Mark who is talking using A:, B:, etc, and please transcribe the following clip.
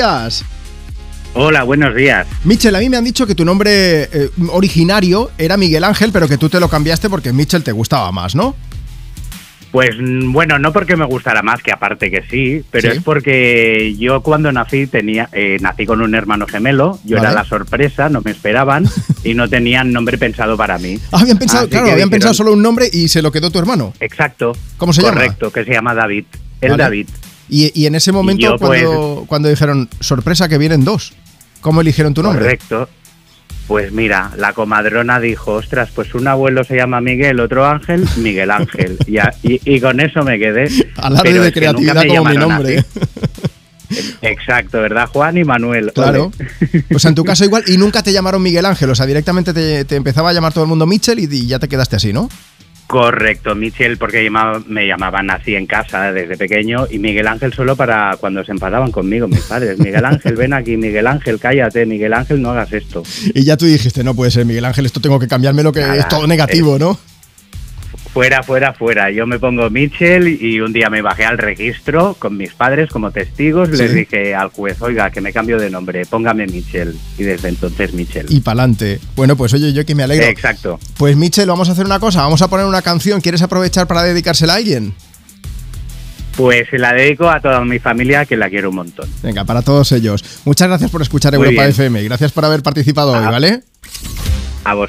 A: días.
B: Hola, buenos días.
A: Michel, a mí me han dicho que tu nombre eh, originario era Miguel Ángel, pero que tú te lo cambiaste porque Michel te gustaba más, ¿no?
B: Pues mm, bueno, no porque me gustara más, que aparte que sí, pero
A: Sí.
B: es porque yo cuando nací tenía, eh, nací con un hermano gemelo, yo
A: Vale.
B: era la sorpresa, no me esperaban y no tenían nombre pensado para mí.
A: Ah, Habían pensado,
B: Así
A: claro,
B: que
A: habían
B: dijeron-
A: pensado solo un nombre y se lo quedó tu hermano.
B: Exacto.
A: ¿Cómo se llama?
B: Correcto, que se llama David. El
A: Vale.
B: David.
A: Y, y en ese momento,
B: yo, pues-
A: cuando, cuando dijeron, sorpresa que vienen dos, ¿cómo eligieron tu nombre?
B: Correcto. Pues mira, la comadrona dijo, ostras, pues un abuelo se llama Miguel, otro Ángel, Miguel Ángel. Y, a- y- y con eso me quedé.
A: Alarde
B: Pero
A: de
B: es que nunca
A: creatividad
B: me
A: como mi
B: llamaron
A: nombre.
B: así. Exacto, ¿verdad? Juan y Manuel.
A: Claro.
B: Ole.
A: O sea, en tu caso igual, y nunca te llamaron Miguel Ángel, o sea, directamente te, te empezaba a llamar todo el mundo Michel y, y ya te quedaste así, ¿no?
B: Correcto, Michel, porque llamaba- me llamaban así en casa desde pequeño y Miguel Ángel solo para cuando se enfadaban conmigo mis padres. Miguel Ángel, ven aquí, Miguel Ángel, cállate, Miguel Ángel, no hagas esto.
A: Y ya tú dijiste, no puede ser Miguel Ángel, esto tengo que cambiármelo, que
B: Nada,
A: es todo negativo, ¿no?
B: Fuera, fuera, fuera. Yo me pongo Mitchell y un día me bajé al registro con mis padres como testigos. Les
A: Sí.
B: dije al juez, oiga, que me cambio de nombre, póngame Mitchell. Y desde entonces Mitchell.
A: Y pa'lante. Bueno, pues oye, yo que me alegro.
B: Exacto.
A: Pues Michel, vamos a hacer una cosa, vamos a poner una canción, ¿quieres aprovechar para dedicársela a alguien?
B: Pues se la dedico a toda mi familia que la quiero un montón.
A: Venga, para todos ellos. Muchas gracias por escuchar
B: Muy
A: Europa
B: bien.
A: FM y gracias por haber participado hoy,
B: Ah.
A: ¿vale?
B: A vos.